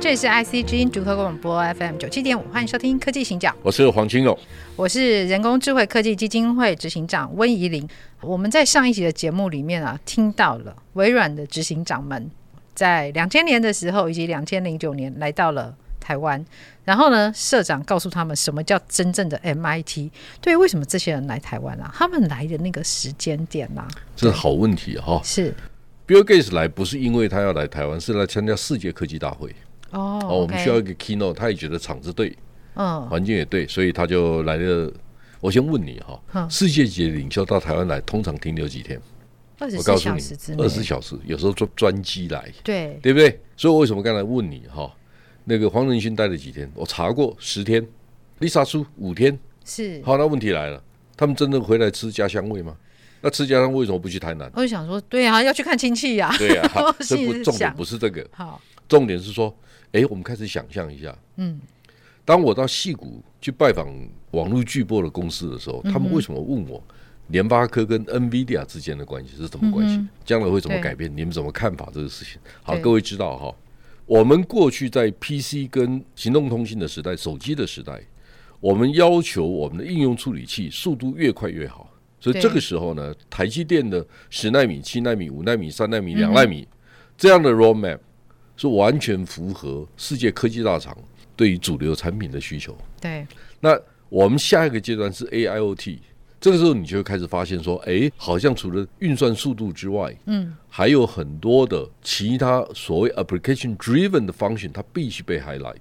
这里是 IC 之音竹科广播 FM 九七点五，欢迎收听科技行脚，我是黄金勇。我是人工智慧科技基金会执行长温怡玲。我们在上一集的节目里面啊，听到了微软的执行长们在两千年的时候以及两千零九年来到了台湾，然后呢，社长告诉他们什么叫真正的 MIT。对，为什么这些人来台湾啊？他们来的那个时间点啊，这是好问题哈、是 Bill Gates 来不是因为他要来台湾，是来参加世界科技大会哦哦。我们 OK 需要一个 keynote，他也觉得场子对，嗯环境也对，所以他就来了。我先问你啊哈、嗯世界级领袖到台湾来，通常停留几天？二十我四告诉小你时之，内二，十小时，有时候坐专机来，对，对不对？所以我为什么刚才问你哈、那个黄仁勋待了几天？我查过十天，Lisa 叔五天。是。好，那问题来了，他们真的回来吃家乡味吗？那吃家乡味为什么不去台南？我就想说，对啊，要去看亲戚呀、 对呀、 我这心里不是重点想不是这个，好，重点是说，哎，我们开始想象一下，嗯，当我到戏谷去拜访网络巨擘的公司的时候，嗯他们为什么问我联发科跟 NVIDIA 之间的关系是什么关系？将来会怎么嗯对改变？你们怎么看法这个事情？好，对各位知道哈，我们过去在 PC 跟行动通信的时代、手机的时代，我们要求我们的应用处理器速度越快越好。所以对这个时候呢，台积电的十纳米、七纳米、五纳米、三纳米、两纳米、这样的 roadmap 是完全符合世界科技大厂对于主流产品的需求。对，那我们下一个阶段是 AIoT，这个时候你就会开始发现说，诶，好像除了运算速度之外，嗯，还有很多的其他所谓 application driven 的 function，它必须被 highlight。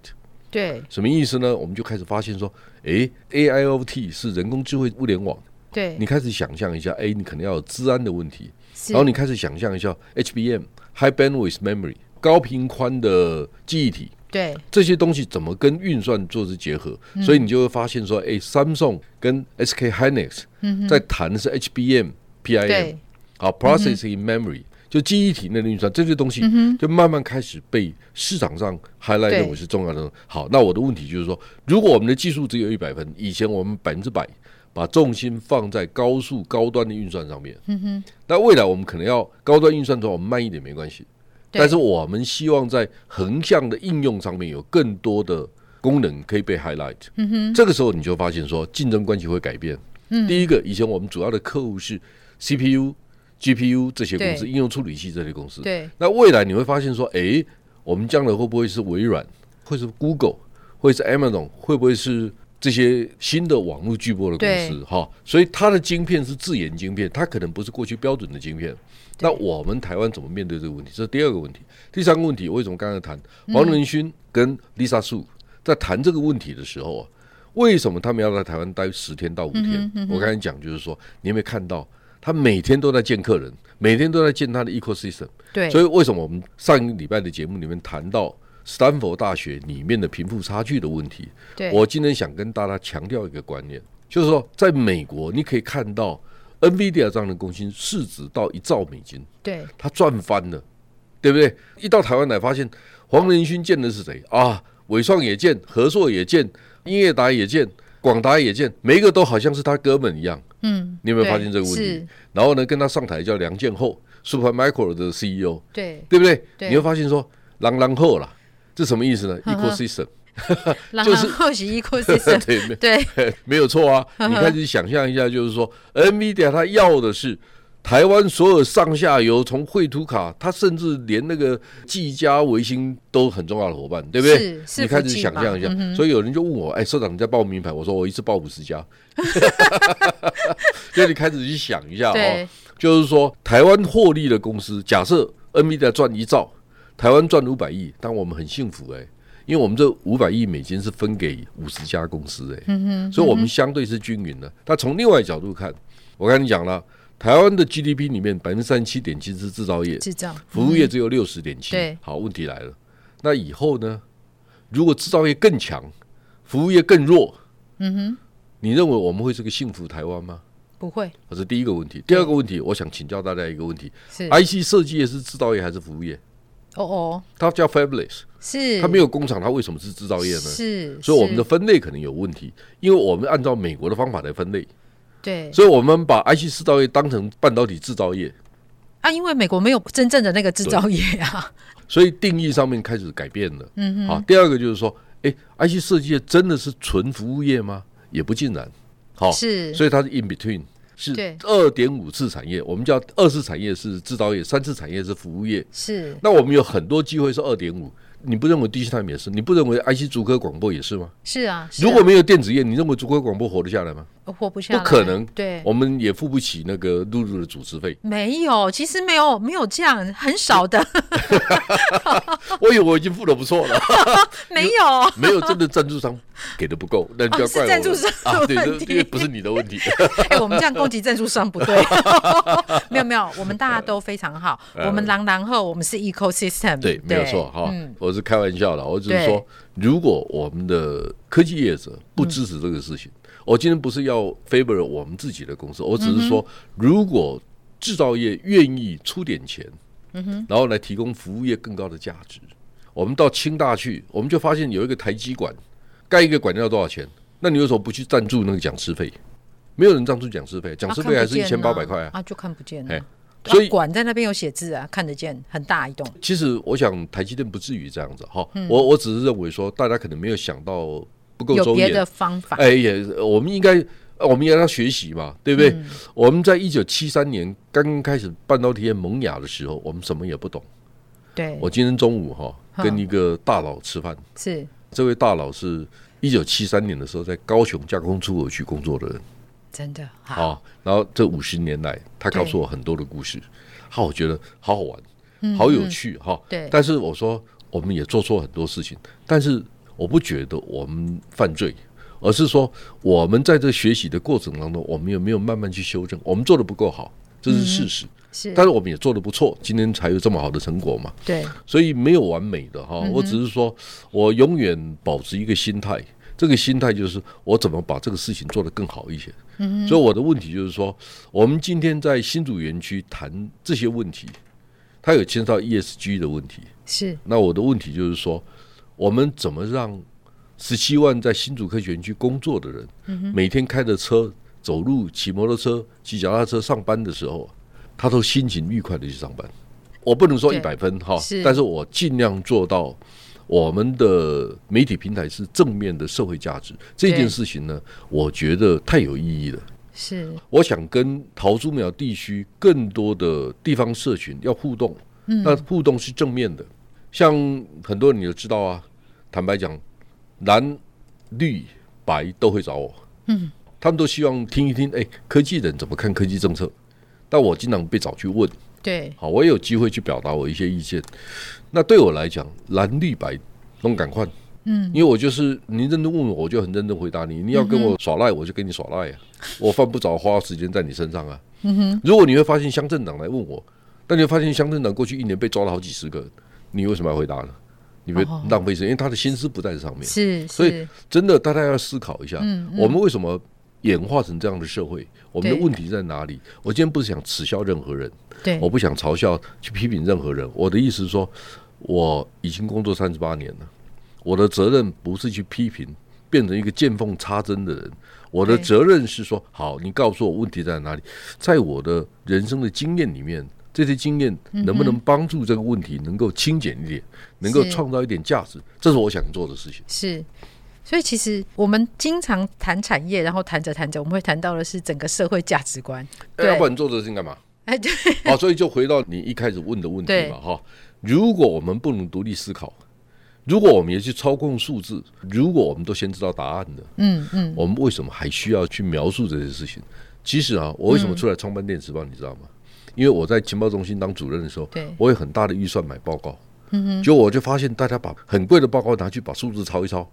对，什么意思呢？我们就开始发现说，诶 a i o t 是人工智慧物联网，对，你开始想象一下，诶，你可能要有治安的问题，是然后你开始想象一下 HBM high bandwidth memory 高频宽的记忆体，对这些东西怎么跟运算做是结合？所以你就会发现说，哎，Samsung 跟 SK Hynix 在谈的是 HBM、PIM 对好 processing memory，就记忆体内的运算这些东西，就慢慢开始被市场上 highlight 嗯对认为是重要的。好，那我的问题就是说，如果我们的技术只有一百分，以前我们百分之百把重心放在高速高端的运算上面，嗯那未来我们可能要高端运算的话，我们慢一点没关系。对但是我们希望在横向的应用上面有更多的功能可以被 highlight。嗯哼，这个时候你就发现说竞争关系会改变。嗯，第一个，以前我们主要的客户是 CPU、GPU 这些公司，对应用处理器这类公司。对那未来你会发现说，诶，我们将来会不会是微软，会是 Google，会是 Amazon，会不会是这些新的网络巨擘的公对司？哈，所以它的晶片是自研晶片，它可能不是过去标准的晶片。那我们台湾怎么面对这个问题？这是第二个问题。第三个问题，为什么刚才谈黄仁勋跟 Lisa 树在谈这个问题的时候啊，为什么他们要在台湾待十天到五天？我刚才讲就是说，你有没有看到他每天都在见客人，每天都在见他的 ecosystem。对，所以为什么我们上一个礼拜的节目里面谈到斯坦福大学里面的贫富差距的问题？对我今天想跟大家强调一个观念，就是说，在美国你可以看到 NVIDIA 这样的公司市值到一兆美金，对它赚翻了，对不对？一到台湾来，发现黄仁勋见的是谁啊？伟创也见，和硕也见，英业达也见，广达也见，每一个都好像是他哥们一样。嗯，你有没有对发现这个问题是？然后呢，跟他上台叫梁建厚，Supermicro 的 E CEO，对，对不对？对你会发现说，狼狼后啦，这什么意思呢呵呵？Ecosystem， 然就后是 或许 ecosystem 对，没对没有错啊。你开始想象一下，就是说，NVIDIA 它要的是台湾所有上下游，从绘图卡，它甚至连那个技嘉、维新都很重要的伙伴，对不对？是是你开始福气想嘛嗯象一下，所以有人就问我，哎，社长你在报名牌？我说我一次报五十家， 所以你开始去想一下哦对，就是说台湾获利的公司，假设 NVIDIA 赚一兆，台湾赚五百亿，但我们很幸福哎、因为我们这五百亿美金是分给五十家公司哎、所以我们相对是均匀的。但从另外角度看，我跟你讲了，台湾的 GDP 里面百分之三七点七是制造业，智障，服务业只有六十点七对。好，问题来了，那以后呢？如果制造业更强，服务业更弱，嗯哼，你认为我们会是个幸福台湾吗？不会这是第一个问题。第二个问题，我想请教大家一个问题是：IC 设计业是制造业还是服务业？哦哦，它叫 Fabless，是它没有工厂，它为什么是制造业呢？是，所以我们的是分类可能有问题，因为我们按照美国的方法来分类，对所以我们把 IC 制造业当成半导体制造业，啊，因为美国没有真正的那个制造业 啊，所以定义上面开始改变了。嗯好，第二个就是说，哎，IC 设计业真的是纯服务业吗？也不尽然。好，是哦所以它是 in between，是对二点五次产业，我们叫二次产业是制造业，三次产业是服务业。是那我们有很多机会是二点五，你不认为地区碳也是？你不认为 IC 竹科广播也是吗？是啊，是啊如果没有电子业，你认为竹科广播活得下来吗？活不下不来，可能，对。我们也付不起那个露露的主持 费。没有，其实没有，没有这样，很少的，我以哎为我已经付的不错了， 没有。没有真的赞助商给的不够，那你不要哦是怪我了、赞助商的啊，对，问这题这不是你的问题。 哎、我们这样攻击赞助商不对， 没有没有，我们大家都非常好，呃我们狼狼后，我们是 ecosystem，对，没有错哈、嗯，我是开玩笑的，我只是对说，如果我们的科技业者不支持这个事情，我今天不是要 favor 我们自己的公司，我只是嗯说，如果制造业愿意出点钱，嗯然后来提供服务业更高的价值，我们到清大去，我们就发现有一个台积馆，盖一个馆要多少钱？那你为什么不去赞助那个讲师费？没有人赞助讲师费，讲啊师看费不还是一千见八百块啊。啊，就看不见哎了。所以啊管在那边有写字啊，看得见，很大一栋。其实我想台积电不至于这样子哈，我我只是认为说大家可能没有想到不嗯够有周别的延，方法，哎也我们应该呃我们应该要学习嘛，对不对？嗯我们在一九七三年刚刚开始半导体业萌芽的时候，我们什么也不懂。对，我今天中午哈嗯跟一个大佬吃饭，是这位大佬是一九七三年的时候在高雄加工出口区工作的人。真的好，啊，然后这五十年来，他告诉我很多的故事，好，我觉得好好玩，好有趣哈、嗯对但是我说我们也做错很多事情，但是我不觉得我们犯罪，而是说我们在这学习的过程当中，我们有没有慢慢去修正？我们做的不够好，这是事实。是但是我们也做的不错，今天才有这么好的成果嘛。对，所以没有完美的哈，我只是说我永远保持一个心态，这个心态就是我怎么把这个事情做得更好一些。所以我的问题就是说，我们今天在新竹园区谈这些问题，它有牵涉到 ESG 的问题。是那我的问题就是说，我们怎么让十七万在新竹科学园区工作的人，嗯每天开着车、走路、骑摩托车、骑脚踏车上班的时候，他都心情愉快的去上班？我不能说一对百分哈，是但是我尽量做到我们的媒体平台是正面的社会价值这件事情呢，我觉得太有意义了。是，我想跟桃竹苗地区更多的地方社群要互动，那互动是正面的。像很多人你都知道啊，坦白讲，蓝、绿、白都会找我，嗯，他们都希望听一听，哎，科技人怎么看科技政策？但我经常被找去问，对，好，我也有机会去表达我一些意见。那对我来讲，蓝绿白弄赶快，嗯，因为我就是你认真问我，我就很认真回答你。你要跟我耍赖，我就跟你耍赖啊，我犯不着花时间在你身上啊。嗯哼，如果你会发现乡镇长来问我，但你会发现乡镇长过去一年被抓了好几十个，你为什么要回答呢？你会哦浪费时间，因为他的心思不在这上面。是所以是，真的，大家要思考一下，我们为什么演化成这样的社会？我们的对问题在哪里？我今天不是想耻笑任何人，对我，不想嘲笑去批评任何人。我的意思是说，我已经工作三十八年了，我的责任不是去批评，变成一个见缝插针的人。我的对责任是说，好，你告诉我问题在哪里，在我的人生的经验里面，这些经验嗯能不能帮助这个问题能够清简一点，能够是创造一点价值，这是我想做的事情。是。所以其实我们经常谈产业，然后谈着谈着，我们会谈到的是整个社会价值观。对，哎要不然你做这个事情干嘛？哎，对，好，哦所以就回到你一开始问的问题对嘛，哈。如果我们不能独立思考，如果我们也去操控数字，如果我们都先知道答案的，嗯嗯，我们为什么还需要去描述这些事情？其实啊，我为什嗯么出来创办电子报，你知道吗？因为我在情报中心当主任的时候对，嗯我有很大的预算买报告，就我就发现大家把很贵的报告拿去把数字抄一抄，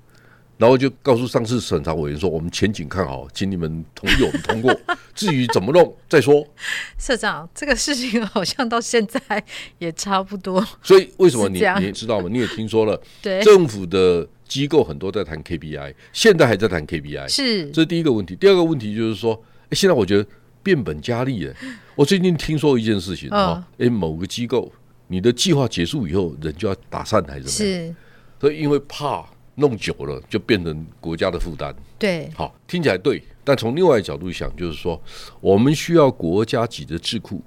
然后就告诉上市审查委员说，我们前景看好，请你们同意我们 通过，至于怎么弄再说。社长，这个事情好像到现在也差不多。所以为什么是你这样你知 道吗？你也听说了，对，政府的机构很多在谈 KPI，现在还在谈 KPI，是这是第一个问题。第二个问题就是说，诶现在我觉得变本加厉耶。我最近听说一件事情嗯啊，诶，某个机构你的计划结束以后，人就要打散还是怎么样？是，所以因为怕弄久了就变成国家的负担。对，好，听起来对，但从另外一个角度想，就是说我们需要国家级的智库。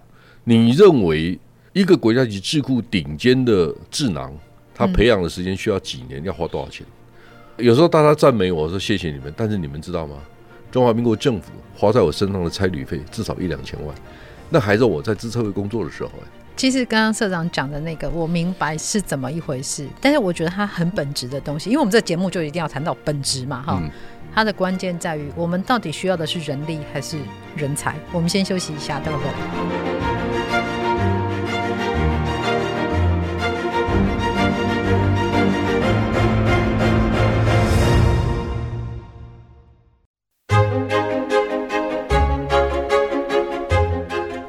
你认为一个国家级智库顶尖的智囊，他培养的时间需要几年？要花多少钱？有时候大家赞美我说谢谢你们，但是你们知道吗？中华民国政府花在我身上的差旅费至少一两千万，那还是我在资策会工作的时候、哎其实刚刚社长讲的那个，我明白是怎么一回事，但是我觉得它很本质的东西，因为我们这个节目就一定要谈到本质嘛，哈。嗯它的关键在于，我们到底需要的是人力还是人才？我们先休息一下，待会儿回来。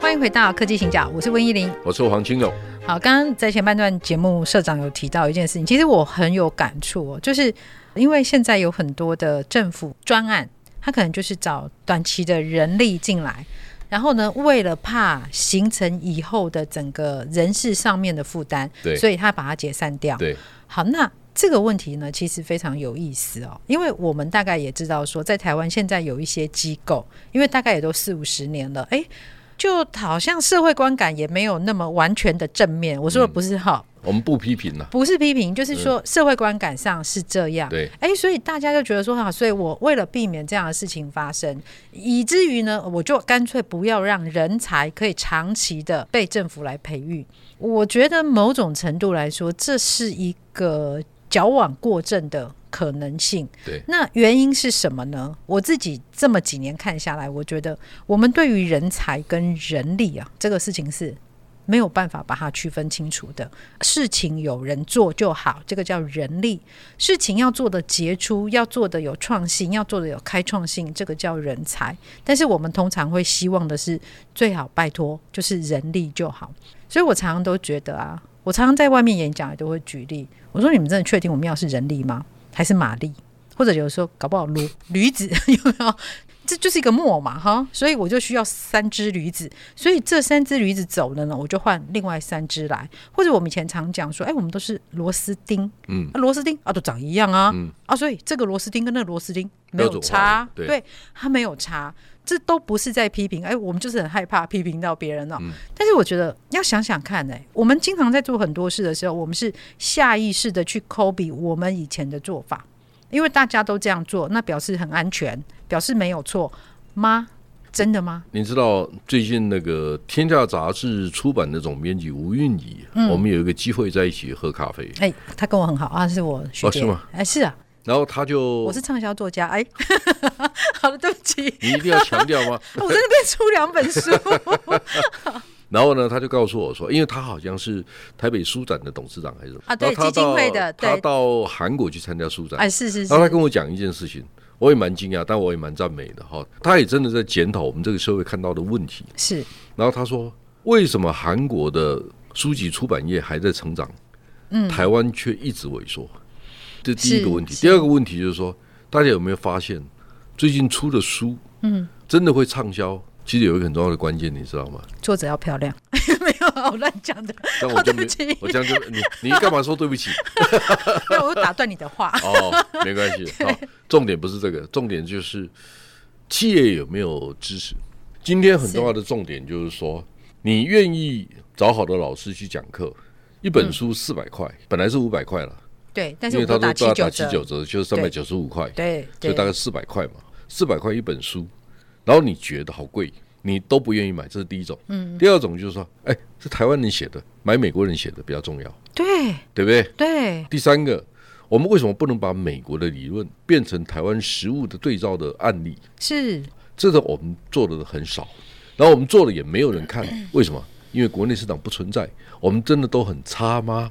欢迎回到科技行脚，我是温依玲。我是黄清勇，好，刚刚在前半段节目，社长有提到一件事情，其实我很有感触哦，就是因为现在有很多的政府专案，他可能就是找短期的人力进来，然后呢，为了怕形成以后的整个人事上面的负担，对所以他把它解散掉。对，好，那这个问题呢，其实非常有意思哦，因为我们大概也知道说，在台湾现在有一些机构，因为大概也都四五十年了，诶，就好像社会观感也没有那么完全的正面。我说的不是好，我们不批评了、不是批评，就是说社会观感上是这样。啊对，哎，所以大家就觉得说哈，所以我为了避免这样的事情发生，以至于呢，我就干脆不要让人才可以长期的被政府来培育。我觉得某种程度来说，这是一个矫枉过正的可能性。对那原因是什么呢？我自己这么几年看下来，我觉得我们对于人才跟人力啊这个事情是没有办法把它区分清楚的。事情有人做就好，这个叫人力；事情要做的杰出，要做的有创新，要做的有开创性，这个叫人才。但是我们通常会希望的是，最好拜托就是人力就好。所以我常常都觉得啊，我常常在外面演讲也都会举例，我说你们真的确定我们要是人力吗？还是马力？或者有时候搞不好驴驴子 有没有？这就是一个磨嘛，哈，所以我就需要三只驴子，所以这三只驴子走了呢，我就换另外三只来，或者我们以前常讲说，哎，我们都是螺丝钉，嗯啊，螺丝钉啊都长一样啊，啊，所以这个螺丝钉跟那个螺丝钉没标有准化差，对它没有差，这都不是在批评，哎，我们就是很害怕批评到别人哦，但是我觉得要想想看、哎，我们经常在做很多事的时候，我们是下意识的去 copy 我们以前的做法，因为大家都这样做，那表示很安全，表示没有错吗？真的吗？你知道最近那个《天下》杂志出版的总编辑吴韵仪，嗯我们有一个机会在一起喝咖啡，哎、他跟我很好啊，是我学姐。哦是吗？哎，是啊，然后他就我是畅销作家。哎， 好了，对不起，你一定要强调吗？我真的被出两本 书。然后呢，他就告诉我说，因为他好像是台北书展的董事长还是什么啊对然后他基金会的到他对到韩国去参加书展，哎，是是是然，后他跟我讲一件事情，我也蛮惊讶，但我也蛮赞美的哈。他也真的在检讨我们这个社会看到的问题。是然后他说，为什么韩国的书籍出版业还在成长，台湾却一直萎缩？这第一是个问嗯题。是第二个问题就是说，大家有没有发现，最近出的书，嗯，真的会畅销？其实有一个很重要的关键，你知道 吗？作者要漂亮，没有啊，我乱讲的。但我就没 哦对不起，我这样就你你干嘛说对不起？没有，我打断你的话。哦，没关 系。好，重点不是这个，重点就是企业有没有支持。今天很重要的重点就是说，你愿意找好的老师去讲课，一本书四百块，本来是五百块了，对，嗯但是因为我他都说打都要七九打折。七九折，就是三百九十五块，对所对以，大概四百块嘛，四百块一本书，然后你觉得好贵。你都不愿意买，这是第一种。嗯，第二种就是说，哎，是台湾人写的，买美国人写的比较重要，对对不对？对，第三个，我们为什么不能把美国的理论变成台湾实物的对照的案例？是这个我们做的很少，然后我们做了也没有人看，为什么？因为国内市场不存在，我们真的都很差吗？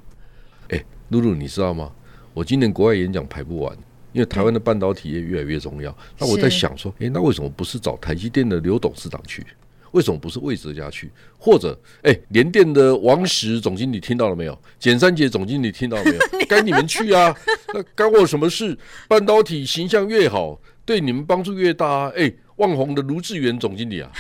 哎，露露，你知道吗？我今年国外演讲排不完，因为台湾的半导体业越来越重要。那我在是想说，哎，那为什么不是找台积电的刘董事长去？为什么不是魏哲家去？或者，哎，联电的王石总经理听到了没有？简三杰总经理听到了没有？该你们去啊！那干我什么事？半导体形象越好，对你们帮助越大啊！哎，万宏的卢志远总经理啊，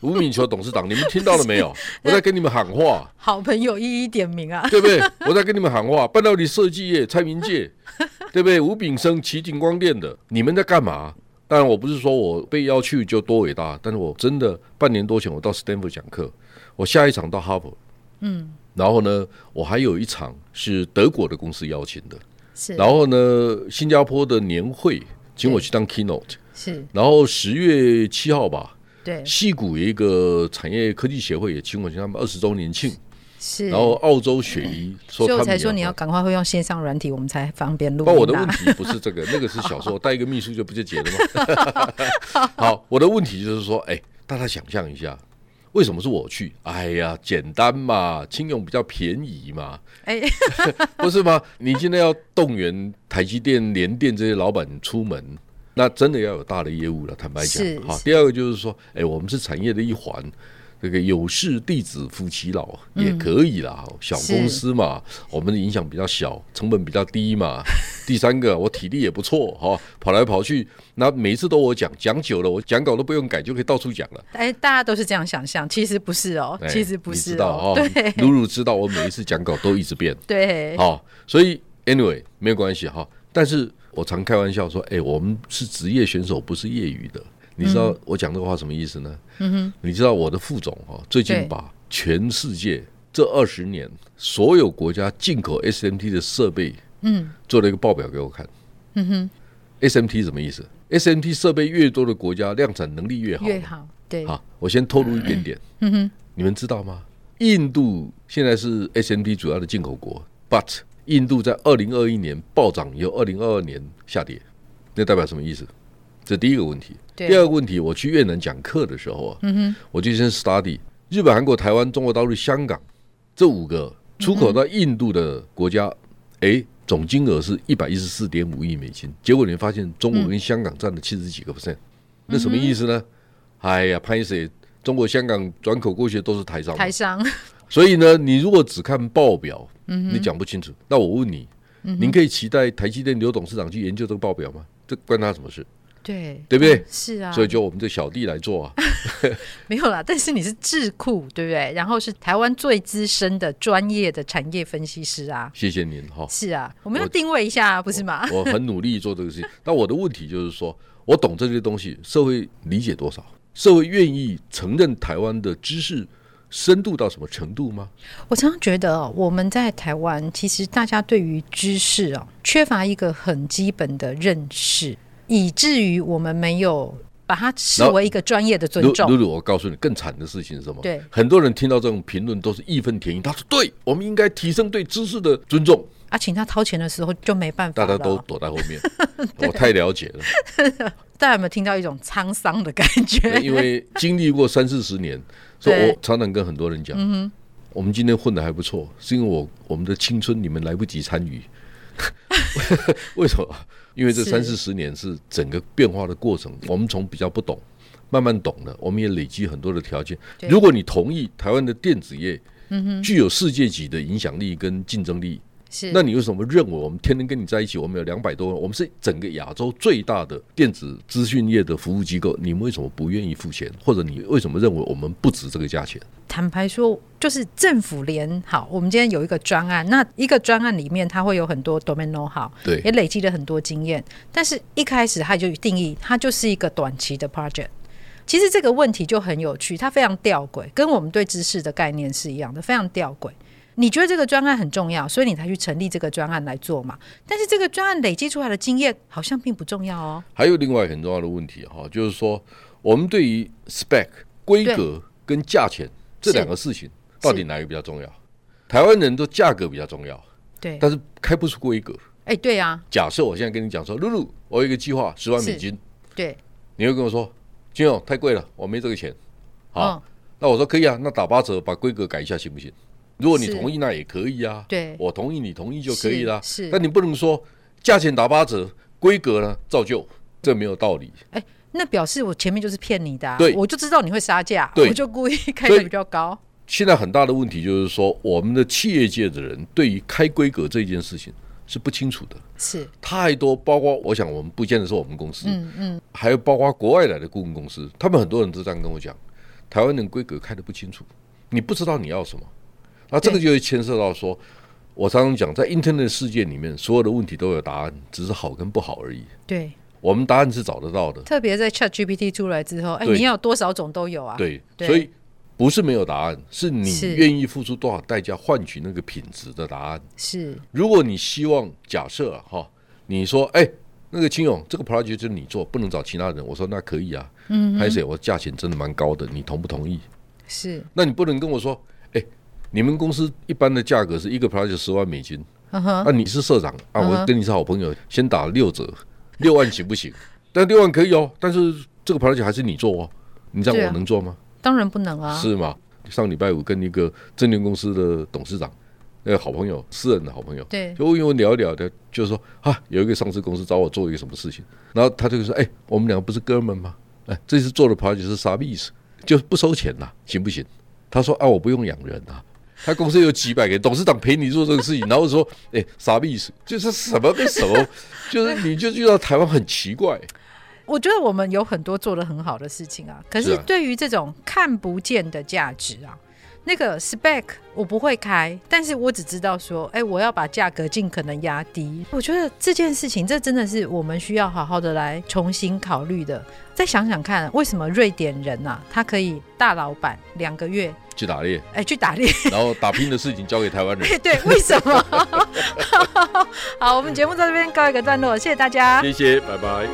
吴敏球董事长，你们听到了没有？我在跟你们喊话，啊好朋友一一点名啊， 对不对？我在跟你们喊话，半导体设计业、蔡明介， 对不对？吴炳生、奇景光电的，你们在干嘛？当然，我不是说我被邀去就多伟大，但是我真的半年多前我到 Stanford 讲课，我下一场到哈佛，嗯，然后呢，我还有一场是德国的公司邀请的，是然后呢，新加坡的年会请我去当 keynote，是，然后十月七号吧，对戏谷有一个产业科技协会也请我去他们二十周年庆，是，然后澳洲雪梨所说以他我们才说也你要要赶快会用线上软体，我们才方便录那音啊我的啦问题哦不是这个，那个是小时候带一个秘书就不就解了吗？ 好，我的问题就是说，哎，大家想象一下，为什么是我去？哎呀，简单嘛，轻用比较便宜嘛， 哎， 不是吗？你今天要动员台积电、联电这些老板出门，那真的要有大的业务了。坦白讲是，好。是第二个就是说，哎，我们是产业的一环。这个有事弟子夫妻老、也可嗯以啦，小公司嘛，我们的影响比较小，成本比较低嘛。第三个，我体力也不错哈、跑来跑去，那每一次都我讲，讲久了我讲稿都不用改，就可以到处讲了。哎，大家都是这样想象，其实不是哦，哎其实不你是知道哦，对露露知道我每一次讲稿都一直变。 对，好、所以 anyway 没有关系哈、但是我常开玩笑说，哎，我们是职业选手，不是业余的。你知道我讲这个话什么意思呢？嗯哼，你知道我的副总哈、最对近把全世界这二十年所有国家进口 SMT 的设备嗯做了一个报表给我看。嗯哼， SMT 什么意思？SMT 设备越多的国家，量产能力越好。越好，对，好，我先透露一点点，嗯哼，你们知道吗？印度现在是 SMT 主要的进口国，but 印度在二零二一年暴涨以后，二零二二年下跌，那代表什么意思？这第一个问题。对第二个问题，我去越南讲课的时候啊，嗯我就先 study 日本、韩国、台湾、中国大陆、香港这五个出口到印度的国家，嗯诶，总金额是一百一十四点五亿美金。结果你会发现，中国跟香港占了七十几个 percent，、那什么意嗯思呢？哎呀，潘谁？中国香港转口过去都是台商哼，嘛，台商 所以呢，你如果只看报表，嗯你讲不清楚。那我问你，您可以期待台积电刘董事长去研究这个报表吗？这关他什么事？对对不对是啊，所以就我们这小弟来做啊。没有啦，但是你是智库对不对？然后是台湾最资深的专业的产业分析师啊，谢谢您哈。是啊，我们我要定位一下啊，不是吗？我很努力做这个事情。 那我的问题就是说，我懂这些东西，社会理解多少？社会愿意承认台湾的知识深度到什么程度吗？我常常觉得哦，我们在台湾，其实大家对于知识哦，缺乏一个很基本的认识，以至于我们没有把它视为一个专业的尊露露重。露，我告诉你，更惨的事情是什么？对很多人听到这种评论都是义愤填膺。他说：“对，我们应该提升对知识的尊重。”啊，请他掏钱的时候就没办法大了家哦。都躲在后 面，我太了解了。大家有没有听到一种沧桑的感觉？ 因为经历过三四十年，所以对嗯我常常跟很多人讲，我们今天混的还不错，是因为我我们的青春你们来不及参与。 为什么？因为这是三四十年是整个变化的过程，我们从比较不懂，慢慢懂了，我们也累积很多的条件。对嗯如果你同意台湾的电子业。具有世界级的影响力跟竞争力，是，那你为什么认为我们天天跟你在一起？我们有两百多万，我们是整个亚洲最大的电子资讯业的服务机构，你们为什么不愿意付钱？或者你为什么认为我们不值这个价钱？坦白说，就是政府联好，我们今天有一个专案，那一个专案里面它会有很多 domain know how，对也累积了很多经验。但是一开始它就定义它就是一个短期的 project。其实这个问题就很有趣，它非常吊诡，跟我们对知识的概念是一样的，非常吊诡。你觉得这个专案很重要，所以你才去成立这个专案来做嘛？但是这个专案累积出来的经验好像并不重要哦。还有另外很重要的问题哈，就是说我们对于 spec 规格跟价钱这两个事情，到底哪一个比较重要？台湾人都价格比较重要，对，但是开不出规格。哎，对啊，假设我现在跟你讲说，露露，我有一个计划，十万美是金，对，你会跟我说，金勇太贵了，我没这个钱。好，嗯，那我说可以啊，那打八折，把规格改一下行不行？如果你是同意，那也可以啊。对我同意，你同意就可以啦。是是但你不能说价钱打八折，规格呢照旧，这没有道理。哎，那表示我前面就是骗你的、啊，对我就知道你会杀价，对我就故意开的所以比较高，现在很大的问题就是说，我们的企业界的人对于开规格这件事情是不清楚的，是太多，包括我想我们不见得是我们公司，嗯嗯，还有包括国外来的顾问公司，他们很多人都这样跟我讲。台湾人规格开的不清楚，你不知道你要什么。那这个就会牵涉到说，我常常讲，在 Internet 世界里面，所有的问题都有答案，只是好跟不好而已。对，我们答案是找得到的，特别在 Chat GPT 出来之后，哎，对你要多少种都有啊。对，对所以不是没有答案，是你是愿意付出多少代价换取那个品质的答案。是，如果你希望假设啊哈、你说哎。那个青勇，这个 project 就是你做，不能找其他人。我说那可以啊，嗯，拍摄我价钱真的蛮高的，你同不同意？是，那你不能跟我说，哎、你们公司一般的价格是一个 project 十万美金，嗯哼，啊，你是社长啊，嗯哼我跟你是好朋友，先打六折，六万行不行？但六万可以哦，但是这个 project 还是你做哦，你这对样啊我能做吗？当然不能啊。是吗？上礼拜五跟一个证券公司的董事长，那个好朋友，私人的好朋友，对就因为我聊一聊的，就是说啊，有一个上市公司找我做一个什么事情，然后他就说，哎、我们两个不是哥们吗？哎，这次做的 project 是啥意思？就不收钱呐、行不行？他说啊，我不用养人啊。他公司有几百个人董事长陪你做这个事情，然后说，哎、啥意思？就是什么跟什么，就是你就遇到台湾很奇怪，我觉得我们有很多做的很好的事情啊，可是是啊对于这种看不见的价值啊，那个 spec 我不会开，但是我只知道说，哎，我要把价格尽可能压低。我觉得这件事情，这真的是我们需要好好的来重新考虑的。再想想看，为什么瑞典人啊，他可以大老板两个月，去打猎，哎，去打猎？然后打拼的事情交给台湾人。 对，为什么？好，我们节目到这边告一个段落，谢谢大家，谢谢，拜拜。